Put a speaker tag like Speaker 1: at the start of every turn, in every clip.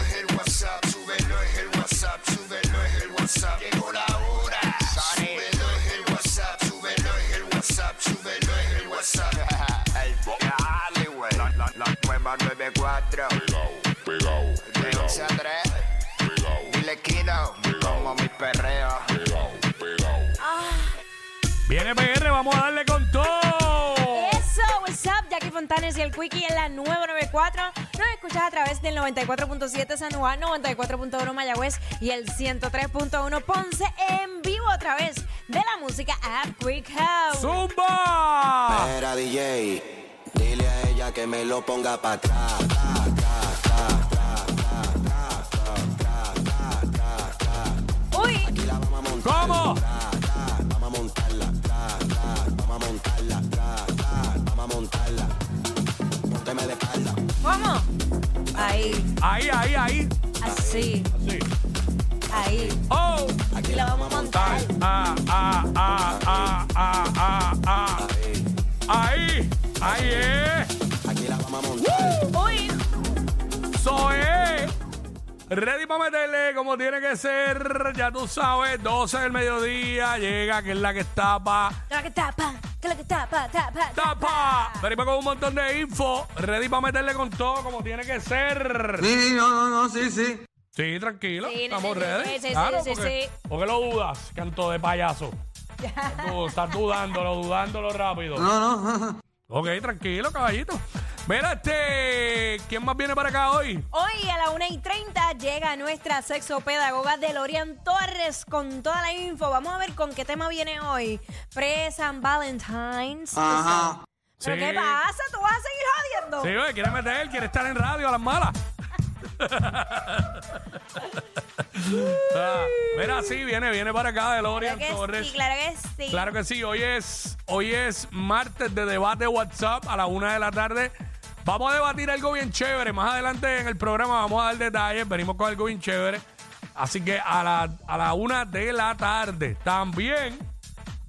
Speaker 1: en el WhatsApp, súbelo en el WhatsApp, súbelo en el WhatsApp. Llegó la hora. Súbelo en el WhatsApp, súbelo en el WhatsApp, súbelo en el WhatsApp. el La, nueva 94. Pegao, pegao, pegao. Dile Kino. Como mi perreo.
Speaker 2: Viene PR, vamos a darle con todo.
Speaker 3: Eso, what's up, Jackie Fontanes y el Quickie en la 994. Nos escuchas a través del 94.7 San Juan, 94.1 Mayagüez y el 103.1 Ponce en vivo a través de la música App Quick House. Ah.
Speaker 2: ¡Zumba!
Speaker 4: Era DJ, dile a ella que me lo ponga para atrás. tra, tra, tra, tra, tra, tra, tra, tra, tra, tra.
Speaker 3: Uy,
Speaker 4: Aquí la vamos a montar.
Speaker 2: ¿Cómo?
Speaker 4: Tra, tra, Vamos a montarla, tra, tra, vamos a montarla, tra, tra, vamos a montarla. Pónteme de espalda.
Speaker 3: ¿cómo? Ahí,
Speaker 2: Ahí, ahí, ahí.
Speaker 3: así,
Speaker 2: Sí.
Speaker 3: ahí.
Speaker 2: Oh.
Speaker 4: Aquí
Speaker 3: Y la vamos a montar.
Speaker 2: Ah, ah, ah, ah, ah, ah, ah. Ahí. Ahí es.
Speaker 4: Aquí la vamos a montar.
Speaker 3: Uy,
Speaker 2: Soy. Ready para meterle como tiene que ser. Ya tú sabes, 12 del mediodía. Llega que es la que tapa.
Speaker 3: que la que tapa, que la que tapa, tapa,
Speaker 2: ¡Tapa! Venimos con un montón de info. Ready para meterle con todo como tiene que ser.
Speaker 5: Sí, no, no, no, sí, sí.
Speaker 2: Sí, tranquilo.
Speaker 3: Sí,
Speaker 2: estamos
Speaker 3: sí,
Speaker 2: ready.
Speaker 3: sí, sí,
Speaker 2: claro,
Speaker 3: sí,
Speaker 2: porque,
Speaker 3: sí.
Speaker 2: porque lo dudas, canto de payaso. Tú estás dudándolo, dudándolo rápido.
Speaker 5: No, no.
Speaker 2: Ok, tranquilo, caballito. Mira, este. ¿Quién más viene para acá hoy?
Speaker 3: Hoy a la 1 y 30 llega nuestra sexopedagoga Delorian Torres con toda la info. Vamos a ver con qué tema viene hoy. Pre-San Valentine's.
Speaker 5: Ajá.
Speaker 3: ¿Pero
Speaker 2: Sí.
Speaker 3: qué pasa? ¿Tú vas a seguir jodiendo?
Speaker 2: Sí, oye, quiere meter, quiere estar en radio a las malas. Ah, mira, sí, viene, viene para acá de Lorian
Speaker 3: Claro que
Speaker 2: Torres.
Speaker 3: sí, claro que sí.
Speaker 2: Claro que sí, hoy es, hoy es martes de debate WhatsApp a la una de la tarde. Vamos a debatir algo bien chévere. Más adelante en el programa vamos a dar detalles. Venimos con algo bien chévere. Así que a la, a la una de la tarde. También,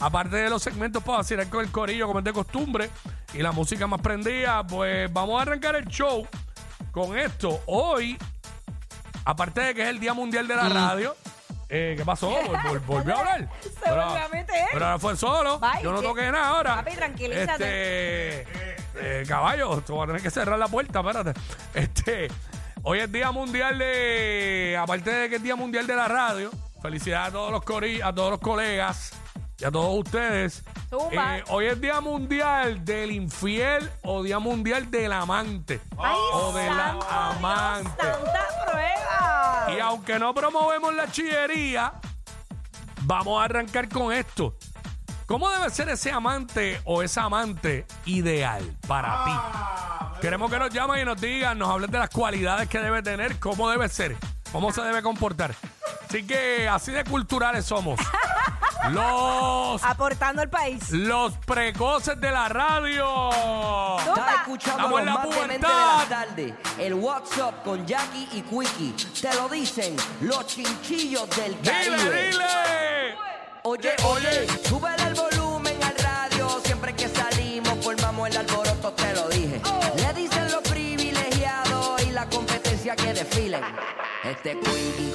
Speaker 2: aparte de los segmentos para vacilar con el corillo, como es de costumbre, y la música más prendida, pues vamos a arrancar el show con esto. Hoy, aparte de que es el Día Mundial de la
Speaker 3: Mm.
Speaker 2: Radio, eh, ¿qué pasó? Vol- vol- ¿Volvió a hablar?
Speaker 3: Se
Speaker 2: Pero-
Speaker 3: volvió a meter.
Speaker 2: pero ahora fue solo.
Speaker 3: Bye,
Speaker 2: Yo no
Speaker 3: que-
Speaker 2: toqué nada ahora.
Speaker 3: Papi, tranquilízate.
Speaker 2: Este, eh, caballo, tú vas a tener que cerrar la puerta, espérate. Este, hoy es Día Mundial de. Aparte de que es Día Mundial de la Radio, felicidades a todos los cori, a todos los colegas y a todos ustedes. Eh,
Speaker 3: Zumba.
Speaker 2: hoy es Día Mundial del Infiel o Día Mundial del Amante.
Speaker 3: Ay,
Speaker 2: o de la
Speaker 3: santo
Speaker 2: amante.
Speaker 3: Dios, ¡Tanta prueba!
Speaker 2: Y aunque no promovemos la chillería, vamos a arrancar con esto. ¿Cómo debe ser ese amante o esa amante ideal para ti? Queremos que nos llamen y nos digan, nos hablen de las cualidades que debe tener, cómo debe ser, cómo se debe comportar. Así que así de culturales somos. Los,
Speaker 3: Aportando al país.
Speaker 2: los precoces de la radio.
Speaker 3: Zumba.
Speaker 6: Estás escuchando
Speaker 2: Estamos en
Speaker 6: los
Speaker 2: la
Speaker 6: más dementes de
Speaker 2: pubertad.
Speaker 6: la tarde. El WhatsApp con Jackie y Quickie. Te lo dicen los chinchillos del
Speaker 2: Dile,
Speaker 6: Caribe.
Speaker 2: dile.
Speaker 6: Oye, oye, sube el volumen al radio. Siempre que salimos formamos el alboroto, te lo dije.
Speaker 3: Oh.
Speaker 6: Le dicen los privilegiados y la competencia que desfilen. Este Quickie con